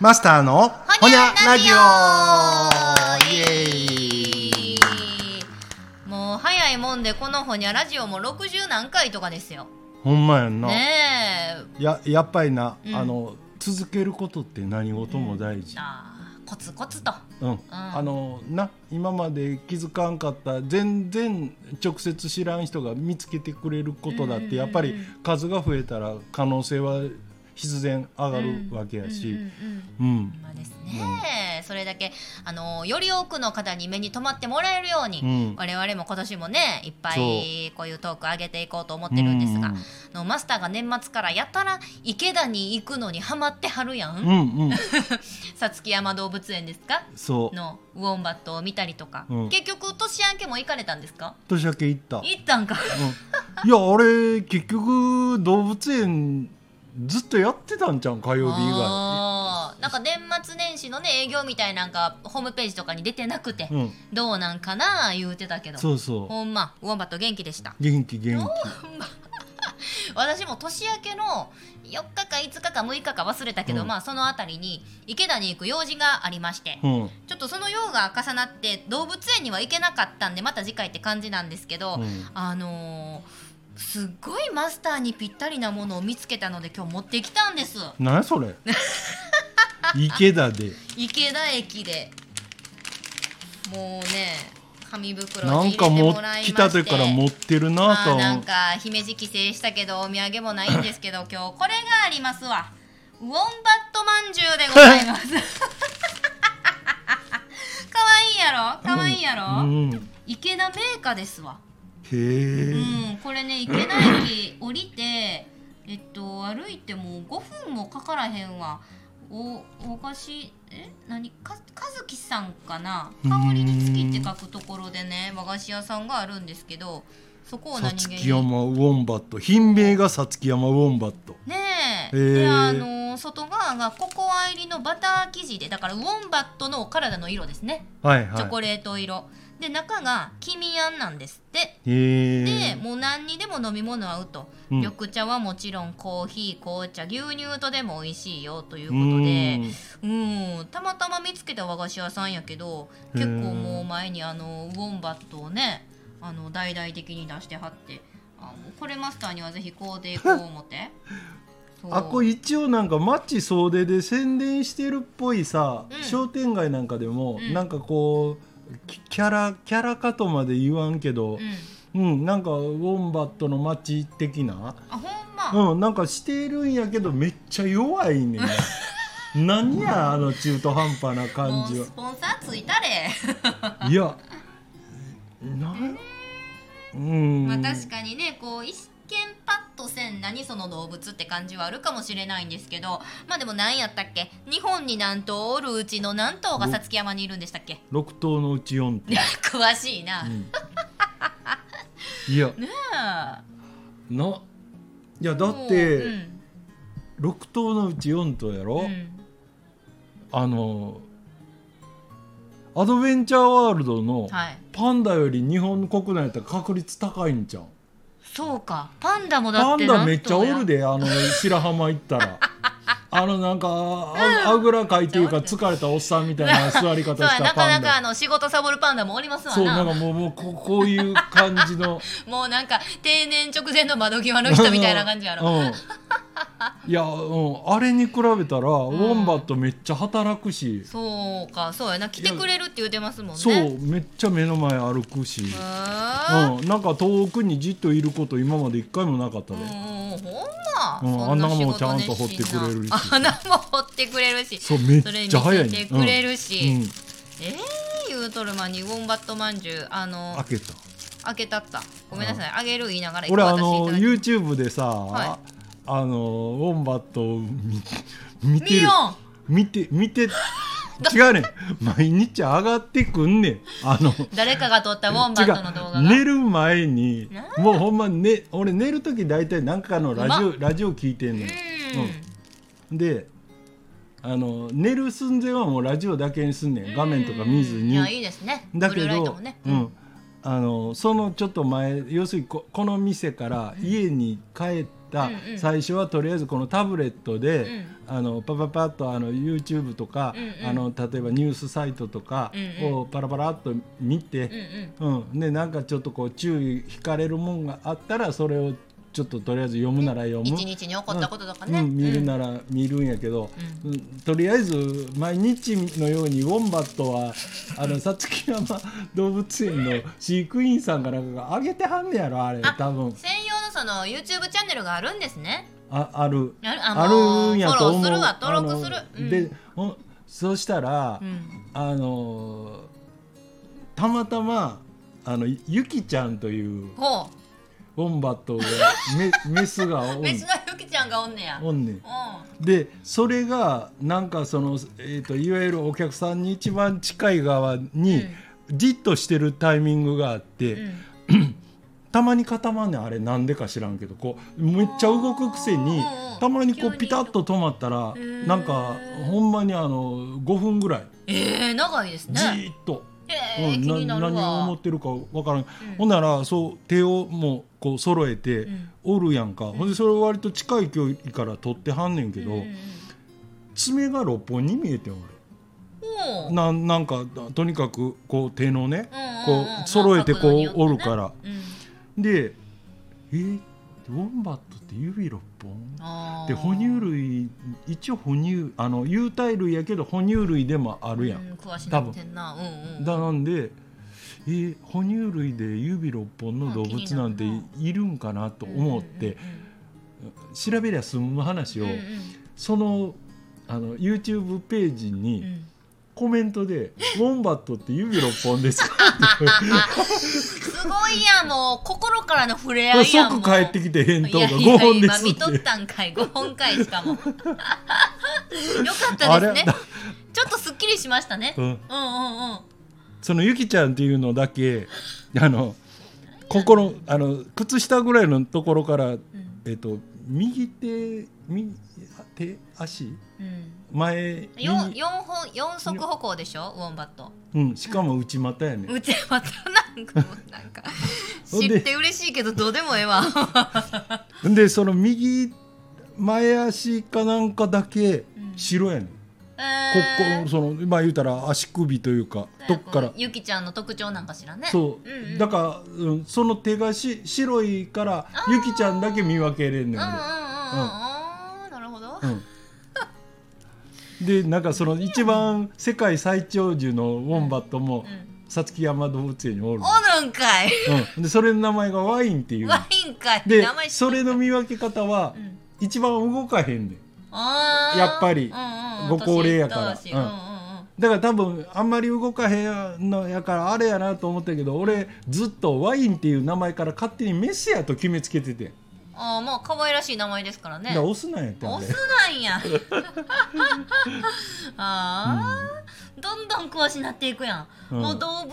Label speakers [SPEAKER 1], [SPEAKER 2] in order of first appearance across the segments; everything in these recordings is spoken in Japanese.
[SPEAKER 1] マスターの
[SPEAKER 2] ほにゃラジ
[SPEAKER 1] オ
[SPEAKER 2] オ
[SPEAKER 1] イエイ
[SPEAKER 2] もう早いもんでこのほにゃラジオも60何回とかですよ
[SPEAKER 1] ほんまやんな、
[SPEAKER 2] ねえ
[SPEAKER 1] ややっぱりな、
[SPEAKER 2] うん
[SPEAKER 1] あの続けることって何事も大事、
[SPEAKER 2] あーコツコツと
[SPEAKER 1] うんあのな今まで気づかんかった全然直接知らん人が見つけてくれるこ
[SPEAKER 2] う
[SPEAKER 1] とだっ
[SPEAKER 2] んうんうんう
[SPEAKER 1] て
[SPEAKER 2] ん
[SPEAKER 1] やっぱり数が増えたら可能性は必然上がるわけや
[SPEAKER 2] うん
[SPEAKER 1] し、
[SPEAKER 2] うんうん
[SPEAKER 1] うん
[SPEAKER 2] まあですね、それだけあのより多くの方に目に留まってもらえるように、
[SPEAKER 1] うん
[SPEAKER 2] 我々も今年もねいっぱいこういうトーク上げていこうと思っ
[SPEAKER 1] う
[SPEAKER 2] てるんですが、あ
[SPEAKER 1] ん
[SPEAKER 2] のマスターが年末からやたら池田に行くのにハマってはるや
[SPEAKER 1] うんんうん、
[SPEAKER 2] さつき山動物園ですか
[SPEAKER 1] そう
[SPEAKER 2] のウォンバットを見たりとか、
[SPEAKER 1] うん
[SPEAKER 2] 結局年明けも行かれたんですか
[SPEAKER 1] 年明け行った。
[SPEAKER 2] 行ったんか
[SPEAKER 1] うんいや俺結局動物園ずっとやってたんじゃん火曜日以外
[SPEAKER 2] あーなんか年末年始のね営業みたいなんかホームページとかに出てなくて、
[SPEAKER 1] うん
[SPEAKER 2] どうなんかな言うてたけど
[SPEAKER 1] そうそ
[SPEAKER 2] ほんまウォンバット元気でした
[SPEAKER 1] う元気元
[SPEAKER 2] 私も年明けの4日か5日か6日か忘れたけど、
[SPEAKER 1] うん
[SPEAKER 2] まあそのあたりに池田に行く用事がありまして、
[SPEAKER 1] 気うん
[SPEAKER 2] ちょっとその用が重なって動物園には行けなかったんでまた次回って感じなんですけど、
[SPEAKER 1] うん
[SPEAKER 2] あのーすっごいマスターにぴったりなものを見つけたので今日持ってきたんです
[SPEAKER 1] 何 それ池田で
[SPEAKER 2] 池田駅でもうね紙袋
[SPEAKER 1] な
[SPEAKER 2] に入
[SPEAKER 1] ん
[SPEAKER 2] れ
[SPEAKER 1] か
[SPEAKER 2] て
[SPEAKER 1] も
[SPEAKER 2] も
[SPEAKER 1] う
[SPEAKER 2] らいまして
[SPEAKER 1] 来た時から持ってるな
[SPEAKER 2] ま
[SPEAKER 1] と
[SPEAKER 2] あ
[SPEAKER 1] は
[SPEAKER 2] なん
[SPEAKER 1] 思
[SPEAKER 2] か姫路帰省したけどお土産もないんです けど今日これがありますわウォンバットまんじゅうでございます かわいいやろ
[SPEAKER 1] う
[SPEAKER 2] かわいいやろ、
[SPEAKER 1] うん
[SPEAKER 2] 池田メーカーですわ
[SPEAKER 1] へえ、
[SPEAKER 2] うんこれね池田駅降りてえっと歩いてもう5分もかからへんわおお菓子え何か和樹さんかな
[SPEAKER 1] うーん
[SPEAKER 2] 香りにつきって書くところでね和菓子屋さんがあるんですけどそこを
[SPEAKER 1] さ
[SPEAKER 2] 何気
[SPEAKER 1] つ
[SPEAKER 2] に
[SPEAKER 1] き山ウォンバット品名がさつき山ウォンバット
[SPEAKER 2] ねえ、
[SPEAKER 1] へえ
[SPEAKER 2] であの外側がココア入りのバター生地でだからウォンバットのお体の色ですね、
[SPEAKER 1] はいはい
[SPEAKER 2] チョコレート色で中が黄身あんなんですって
[SPEAKER 1] へ
[SPEAKER 2] で
[SPEAKER 1] え
[SPEAKER 2] もう何にでも飲み物合うと、
[SPEAKER 1] うん
[SPEAKER 2] 緑茶はもちろんコーヒー紅茶牛乳とでも美味しいよということでうんたまたま見つけた和菓子屋さんやけど結構もう前にあのウォンバットをねあの大々的に出してはってあもうこれマスターにはぜひこうでいこう思ってそう
[SPEAKER 1] あこれ一応なんか町総出で宣伝してるっぽいさ、
[SPEAKER 2] うん
[SPEAKER 1] 商店街なんかでも、
[SPEAKER 2] うん
[SPEAKER 1] なんかこうキキャラキャラかとまで言わんけど
[SPEAKER 2] う、ん
[SPEAKER 1] うんなんかウォンバットの町的な、
[SPEAKER 2] あほんま、
[SPEAKER 1] うん、なんかしてるんやけどめっちゃ弱い ねんな何やあの中途半端な感
[SPEAKER 2] もう
[SPEAKER 1] じ
[SPEAKER 2] スポンサーついたれ
[SPEAKER 1] はいやなんうん、
[SPEAKER 2] まあ確かにねこう一見パッとせん何その動物って感じはあるかもしれないんですけどまあでも何やったっけ日本に何頭おるうちの何頭が
[SPEAKER 1] お
[SPEAKER 2] さつき山にいるんでしたっけ
[SPEAKER 1] 6頭のうち4頭、
[SPEAKER 2] 詳しいな、ね
[SPEAKER 1] うん、いやないや
[SPEAKER 2] え
[SPEAKER 1] だって、
[SPEAKER 2] うん
[SPEAKER 1] 6頭のうち4頭やろ、
[SPEAKER 2] うん
[SPEAKER 1] あのアドベンチャーワールドの
[SPEAKER 2] はい
[SPEAKER 1] パンダより日本国内やったら確率高いんじゃん
[SPEAKER 2] そうかパンダもだ
[SPEAKER 1] パ
[SPEAKER 2] っ
[SPEAKER 1] ン
[SPEAKER 2] て何頭
[SPEAKER 1] ダ
[SPEAKER 2] や
[SPEAKER 1] めっちゃおるであの白浜行っ たらあのなんかああぐらかいというか
[SPEAKER 2] めっちゃ
[SPEAKER 1] 疲れたおっさんみたいな座り
[SPEAKER 2] そう
[SPEAKER 1] 方
[SPEAKER 2] や
[SPEAKER 1] した
[SPEAKER 2] なか
[SPEAKER 1] パ
[SPEAKER 2] な
[SPEAKER 1] ン
[SPEAKER 2] かあ
[SPEAKER 1] ダ
[SPEAKER 2] の仕事サボるパンダもおりますわ
[SPEAKER 1] そうなん
[SPEAKER 2] な
[SPEAKER 1] かもうもうここういう感じの
[SPEAKER 2] もうなんか定年直前の窓際の人みたいな感じやろ
[SPEAKER 1] うんいや、うん、あれに比べたら、ウォンバットめっちゃ働くし
[SPEAKER 2] そうかそうやな来てくれるって言ってますもんね
[SPEAKER 1] そうめっちゃ目の前歩くし、
[SPEAKER 2] へー
[SPEAKER 1] うん、なんか遠くにじっといること今まで一回もなかったで、
[SPEAKER 2] うんうんうんほん
[SPEAKER 1] う
[SPEAKER 2] ま、
[SPEAKER 1] ん
[SPEAKER 2] そ
[SPEAKER 1] あんなもんちゃんと
[SPEAKER 2] 掘
[SPEAKER 1] 掘ってくれるし
[SPEAKER 2] 穴も掘ってくれるし
[SPEAKER 1] そうめっ
[SPEAKER 2] それ見
[SPEAKER 1] ちゃ早い
[SPEAKER 2] せ
[SPEAKER 1] ね
[SPEAKER 2] て
[SPEAKER 1] ん
[SPEAKER 2] くれるし、
[SPEAKER 1] うんう
[SPEAKER 2] え
[SPEAKER 1] ん、
[SPEAKER 2] ー、ユートルマンにウォンバットまんじゅうあの
[SPEAKER 1] 開けた
[SPEAKER 2] 開けたったごめんなさいあげる言いながら
[SPEAKER 1] 俺あ
[SPEAKER 2] 私い
[SPEAKER 1] の
[SPEAKER 2] ただいて
[SPEAKER 1] YouTube でさ、
[SPEAKER 2] は
[SPEAKER 1] あのウォンバットを見見て
[SPEAKER 2] ミ
[SPEAKER 1] る
[SPEAKER 2] ヨン
[SPEAKER 1] 見て 見て違うねん毎日上がってくんねんあの
[SPEAKER 2] 誰かが撮ったウォンバットの動画
[SPEAKER 1] 違
[SPEAKER 2] が、
[SPEAKER 1] う寝る前に
[SPEAKER 2] な
[SPEAKER 1] もうほんま、ね、俺寝る時大体何かのラジ
[SPEAKER 2] う
[SPEAKER 1] オラジオ聞いてん
[SPEAKER 2] う
[SPEAKER 1] ねん
[SPEAKER 2] ん、
[SPEAKER 1] であの寝る寸前はもうラジオだけにすんねん画面とか見ず
[SPEAKER 2] うんい
[SPEAKER 1] に
[SPEAKER 2] やいいですね
[SPEAKER 1] だ
[SPEAKER 2] ブ
[SPEAKER 1] け
[SPEAKER 2] ルーライト
[SPEAKER 1] ど
[SPEAKER 2] もね、
[SPEAKER 1] うん、あのそのちょっと前要するにここの店から家に帰った、
[SPEAKER 2] うんうん
[SPEAKER 1] 最初はとりあえずこのタブレットで、
[SPEAKER 2] うん
[SPEAKER 1] あのパパパッとあの YouTube とか、
[SPEAKER 2] うんうん
[SPEAKER 1] あの例えばニュースサイトとか
[SPEAKER 2] うん
[SPEAKER 1] をパラパラっと見て、
[SPEAKER 2] うんうん
[SPEAKER 1] うん、でなんかちょっとこう注意引かれるもんがあったらそれをちょっととりあえず読むなら読む、
[SPEAKER 2] 一日に起こったこととかね、
[SPEAKER 1] う、
[SPEAKER 2] うんん、
[SPEAKER 1] 見るなら見るんやけど、
[SPEAKER 2] う
[SPEAKER 1] うんとりあえず毎日のようにウォンバットはあのさつき山動物園の飼育員さんからがあげてはんねやろあれ
[SPEAKER 2] あ
[SPEAKER 1] 多分
[SPEAKER 2] 専用のその YouTube チャンネルがあるんですね
[SPEAKER 1] あある
[SPEAKER 2] ある,、
[SPEAKER 1] あ
[SPEAKER 2] の
[SPEAKER 1] るんやと思う
[SPEAKER 2] フォローするわ登録する
[SPEAKER 1] あの
[SPEAKER 2] うん
[SPEAKER 1] でほんそうしたら、
[SPEAKER 2] うん
[SPEAKER 1] あのたまたまあのゆきちゃんという
[SPEAKER 2] ほ
[SPEAKER 1] ウォンバットがメ メスがお
[SPEAKER 2] うん別のゆきちゃんがおんねや
[SPEAKER 1] おんねん
[SPEAKER 2] う
[SPEAKER 1] でそれがなんかその、えー、といわゆるお客さんに一番近い側にじっとしてるタイミングがあって、
[SPEAKER 2] んうん
[SPEAKER 1] たまに固まんねんあれなんでか知らんけどこうめっちゃ動くくせに
[SPEAKER 2] うんうん
[SPEAKER 1] たまにこ
[SPEAKER 2] 急に
[SPEAKER 1] うピタッと止まったら
[SPEAKER 2] ー
[SPEAKER 1] なんかほんまにあの5分ぐらい
[SPEAKER 2] えー、長いです
[SPEAKER 1] じ
[SPEAKER 2] ね
[SPEAKER 1] ーっと、
[SPEAKER 2] えー、
[SPEAKER 1] うん
[SPEAKER 2] 気にな
[SPEAKER 1] な
[SPEAKER 2] るわ
[SPEAKER 1] 何を思ってるかわからん、
[SPEAKER 2] ん
[SPEAKER 1] ほんならそう手をもうこう揃えて
[SPEAKER 2] ん
[SPEAKER 1] おるやんか、ほんでそれ割と近い距離から取ってはんねんけど。
[SPEAKER 2] うんうんうん
[SPEAKER 1] 爪が6本に見えてん
[SPEAKER 2] ほう
[SPEAKER 1] 俺なんなんかとにかくこう手のね
[SPEAKER 2] うんうん
[SPEAKER 1] こ
[SPEAKER 2] うん
[SPEAKER 1] う揃えてこ
[SPEAKER 2] 角度によっ
[SPEAKER 1] う
[SPEAKER 2] てね
[SPEAKER 1] 折るから
[SPEAKER 2] うん
[SPEAKER 1] でえーウォンバットって指6本
[SPEAKER 2] あー
[SPEAKER 1] で哺乳類一応哺乳あの有袋類やけど哺乳類でもあるやん、
[SPEAKER 2] うん、詳しいなってんなうんうん
[SPEAKER 1] だなんでえー哺乳類で指6本の動物なんて
[SPEAKER 2] あ気になる
[SPEAKER 1] いるんかなと思って調べりゃ済む話
[SPEAKER 2] うん
[SPEAKER 1] を
[SPEAKER 2] うんうん
[SPEAKER 1] そのあの YouTube ページに、
[SPEAKER 2] うん うん
[SPEAKER 1] コメン トで「ウォンバットって指6本ですか?」
[SPEAKER 2] すごいやんもう心からの触れ合いやんも
[SPEAKER 1] 即
[SPEAKER 2] う
[SPEAKER 1] 帰ってきて返答が
[SPEAKER 2] いや
[SPEAKER 1] 5本で
[SPEAKER 2] 今
[SPEAKER 1] す
[SPEAKER 2] 見とっ
[SPEAKER 1] って。
[SPEAKER 2] たんかい5本かいしか もよかった
[SPEAKER 1] あ
[SPEAKER 2] です
[SPEAKER 1] れ
[SPEAKER 2] ねちょっとすっきりしましたね、
[SPEAKER 1] う
[SPEAKER 2] うん、
[SPEAKER 1] ん、
[SPEAKER 2] うんうん
[SPEAKER 1] そのゆきちゃんっていうのだけあの心あの靴下ぐらいのところから、
[SPEAKER 2] うん
[SPEAKER 1] えっと、右手右手足
[SPEAKER 2] うん
[SPEAKER 1] 前に
[SPEAKER 2] 四四本四足歩行でしょウォンバット
[SPEAKER 1] うん、しかも内股やね、
[SPEAKER 2] うちまたなんかもうなんか
[SPEAKER 1] ほん
[SPEAKER 2] 知
[SPEAKER 1] で
[SPEAKER 2] って嬉しいけどどうでもええわ
[SPEAKER 1] ん、でその右前足かなんかだけ
[SPEAKER 2] うん
[SPEAKER 1] 白やね、ん、こ
[SPEAKER 2] え
[SPEAKER 1] こ
[SPEAKER 2] ー
[SPEAKER 1] そのまあ言うたら足首というかどっから
[SPEAKER 2] ゆきちゃんの特徴なんかしらね
[SPEAKER 1] そう、
[SPEAKER 2] んん
[SPEAKER 1] だから、うん、その手がし白いからゆきちゃんだけ見分けれんねん
[SPEAKER 2] うんうんうんうん
[SPEAKER 1] 俺
[SPEAKER 2] あーなるほど、
[SPEAKER 1] うんでなんかその一番世界最長寿のウォンバットも
[SPEAKER 2] うん
[SPEAKER 1] さつき山動物園におる、
[SPEAKER 2] おるんかい
[SPEAKER 1] うん、でそれの名前がワインっていう
[SPEAKER 2] ワインかい
[SPEAKER 1] で
[SPEAKER 2] 名前知っ
[SPEAKER 1] それの見分け方は
[SPEAKER 2] うん
[SPEAKER 1] 一番動かへんねん
[SPEAKER 2] あー
[SPEAKER 1] やっぱり
[SPEAKER 2] うんうん
[SPEAKER 1] ご高齢やから
[SPEAKER 2] 年いったしうんうんうん
[SPEAKER 1] だから多分あんまり動かへんのやからあれやなと思ったけど俺ずっとワインっていう名前から勝手にメスやと決めつけててん、
[SPEAKER 2] ああまあ可愛らしい名前ですから
[SPEAKER 1] だ
[SPEAKER 2] ね
[SPEAKER 1] からオスなんやってあ
[SPEAKER 2] オ
[SPEAKER 1] れ
[SPEAKER 2] スなん やあー、どんどん詳しなっていくやん、
[SPEAKER 1] うん
[SPEAKER 2] もう動物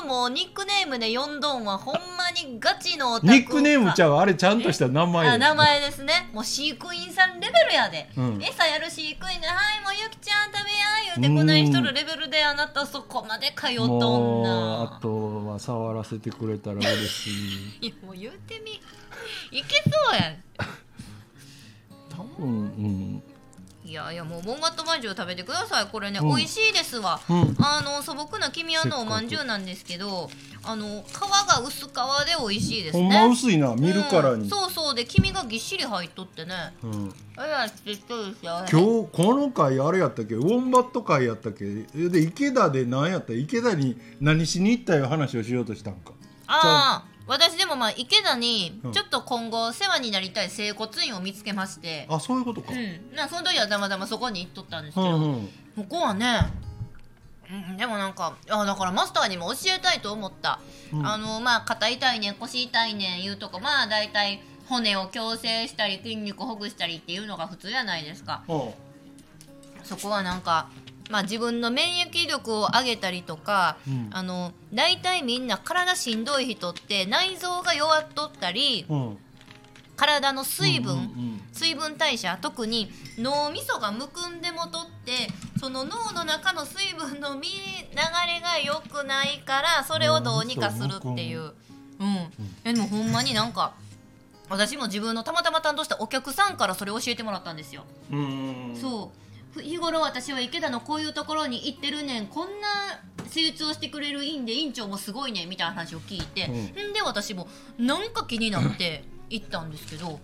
[SPEAKER 2] をもうニックネームで呼んどんはほんまにガチのオタク
[SPEAKER 1] ニックネームち
[SPEAKER 2] ゃ
[SPEAKER 1] ゃうあれちゃんとした名前
[SPEAKER 2] あ名前ですねもう飼育員さんレベルやで、
[SPEAKER 1] うん
[SPEAKER 2] 餌やる飼育員が「はいもうゆきちゃん食べや」言うてこない人のレベルであなたそこまで通っとん
[SPEAKER 1] もう
[SPEAKER 2] な
[SPEAKER 1] あとは触らせてくれたら嬉しい
[SPEAKER 2] いやもう言うてみいけそうやん
[SPEAKER 1] 多分
[SPEAKER 2] いやいやもうボンガットまんじゅう食べてくださいこれね、
[SPEAKER 1] うん
[SPEAKER 2] 美味しいですわ、
[SPEAKER 1] うんうん
[SPEAKER 2] あの素朴な黄身屋のおまんじゅうなんですけどあの皮が薄皮で美味しいですね
[SPEAKER 1] ほんま薄いな見るから
[SPEAKER 2] うん
[SPEAKER 1] に、
[SPEAKER 2] そうそうで黄身がぎっしり入っとってね
[SPEAKER 1] うん
[SPEAKER 2] あらちょっとですよ
[SPEAKER 1] 今日この回あれやったっけウォンバット回やったっけで池田で何やった池田に何しに行ったよ話をしようとしたんか
[SPEAKER 2] ああ私でもまあ池田に
[SPEAKER 1] うん
[SPEAKER 2] ちょっと今後世話になりたい整骨院を見つけまして
[SPEAKER 1] あそういうことか
[SPEAKER 2] う、ん、なその時はたまたまそこに行っとったんですけ
[SPEAKER 1] う
[SPEAKER 2] ど、
[SPEAKER 1] んうん、
[SPEAKER 2] ここはね、うん、でもなんかあだからマスターにも教えたいと思った、
[SPEAKER 1] うん
[SPEAKER 2] あのまあ肩痛いねん腰痛いねんいうとこまあ大体骨を矯正したり筋肉ほぐしたりっていうのが普通じゃないですか
[SPEAKER 1] あ
[SPEAKER 2] そこはなんか、まあ、自分の免疫力を上げたりとか、
[SPEAKER 1] うん
[SPEAKER 2] あの大体みんな体しんどい人って内臓が弱っとったり
[SPEAKER 1] うん
[SPEAKER 2] 体の水分、
[SPEAKER 1] うんうん
[SPEAKER 2] 水分代謝特に脳みそがむくんでもとってその脳の中の水分のみ流れが良くないからそれをどうにかするっていう、うん、えでもほんまになんか私も自分のたまたま担当したお客さんからそれを教えてもらったんですよ、
[SPEAKER 1] うん
[SPEAKER 2] そう日頃私は池田のこういうところに行ってるねんこんな施術をしてくれる院で院長もすごいねんみたいな話を聞いて、
[SPEAKER 1] うん
[SPEAKER 2] ん、で私もなんか気になって行ったんですけど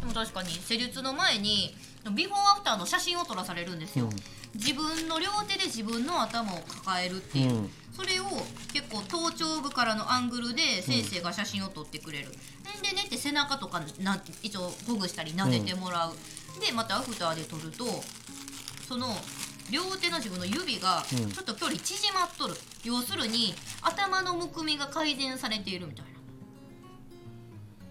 [SPEAKER 2] でも確かに施術の前にビフォーアフターの写真を撮らされるんですよ、
[SPEAKER 1] うん
[SPEAKER 2] 自分の両手で自分の頭を抱えるっていう、
[SPEAKER 1] うん
[SPEAKER 2] それを結構頭頂部からのアングルで先生が写真を撮ってくれる、ん、でねって背中とかな一応ほぐしたり撫でてもらう、でまたアフターで撮るとその両手の自分の指が
[SPEAKER 1] うん
[SPEAKER 2] ちょっと距離縮まっとる、要するに頭のむくみが改善されているみたいな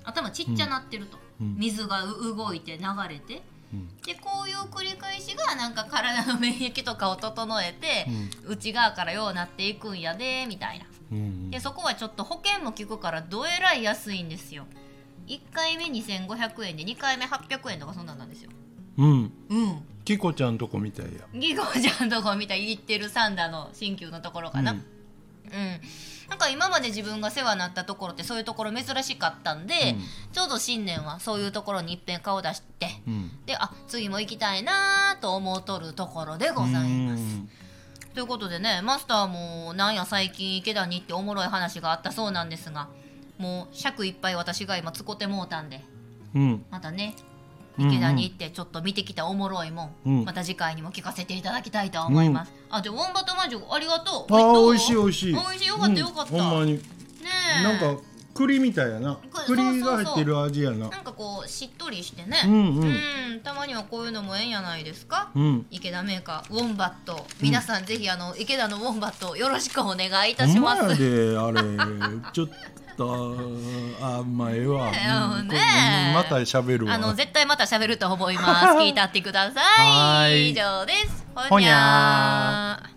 [SPEAKER 2] 頭ちっちゃなってると、
[SPEAKER 1] うん
[SPEAKER 2] 水がう動いて流れて
[SPEAKER 1] うん
[SPEAKER 2] でこういう繰り返しがなんか体の免疫とかを整えて、内側からようなっていくんやでみたいな
[SPEAKER 1] うん
[SPEAKER 2] でそこはちょっと保険も効くからどえらい安いんですよ1回目2500円で2回目800円とかそんなんなんですよ
[SPEAKER 1] うん
[SPEAKER 2] うん
[SPEAKER 1] キコちゃんとこみたいや
[SPEAKER 2] ギゴちゃんとこ見たい行ってるサンダーの新旧のところかな、
[SPEAKER 1] うん
[SPEAKER 2] うん、なんか今まで自分が世話になったところってそういうところ珍しかったんで、ちょうど新年はそういうところにいっぺん顔出して
[SPEAKER 1] うん
[SPEAKER 2] であ次も行きたいなーと思うとるところでございます。ということでねマスターもなんや最近池田にっておもろい話があったそうなんですがもう尺いっぱい私が今つこてもうたんで
[SPEAKER 1] うん
[SPEAKER 2] またね
[SPEAKER 1] うん
[SPEAKER 2] 池田に行ってちょっと見てきたおもろいもん、
[SPEAKER 1] うん
[SPEAKER 2] また次回にも聞かせていただきたいと思います、あじゃあウォンバットマジョありがとう
[SPEAKER 1] あ
[SPEAKER 2] ど
[SPEAKER 1] ー
[SPEAKER 2] う
[SPEAKER 1] 美味しい美味しい
[SPEAKER 2] 美味しいよかったよかった、
[SPEAKER 1] うんほんまに
[SPEAKER 2] ねえ
[SPEAKER 1] なんか栗みたいやな
[SPEAKER 2] そうそうそう
[SPEAKER 1] 栗が入ってる味やな
[SPEAKER 2] なんかこうしっとりしてね
[SPEAKER 1] うんうん
[SPEAKER 2] んたまにはこういうのもええんやないですか、
[SPEAKER 1] うん
[SPEAKER 2] 池田メーカーウォンバット皆さん、ぜひあの池田のウォンバットよろしくお願いいたします
[SPEAKER 1] ほんまやであれちょっとあんまあええわ
[SPEAKER 2] ねえ
[SPEAKER 1] うん
[SPEAKER 2] ねえ
[SPEAKER 1] また喋るわ
[SPEAKER 2] あの絶対また 喋ると思います。聞いたってください。
[SPEAKER 1] はーい
[SPEAKER 2] 以上です。
[SPEAKER 1] ほにゃー
[SPEAKER 2] ー。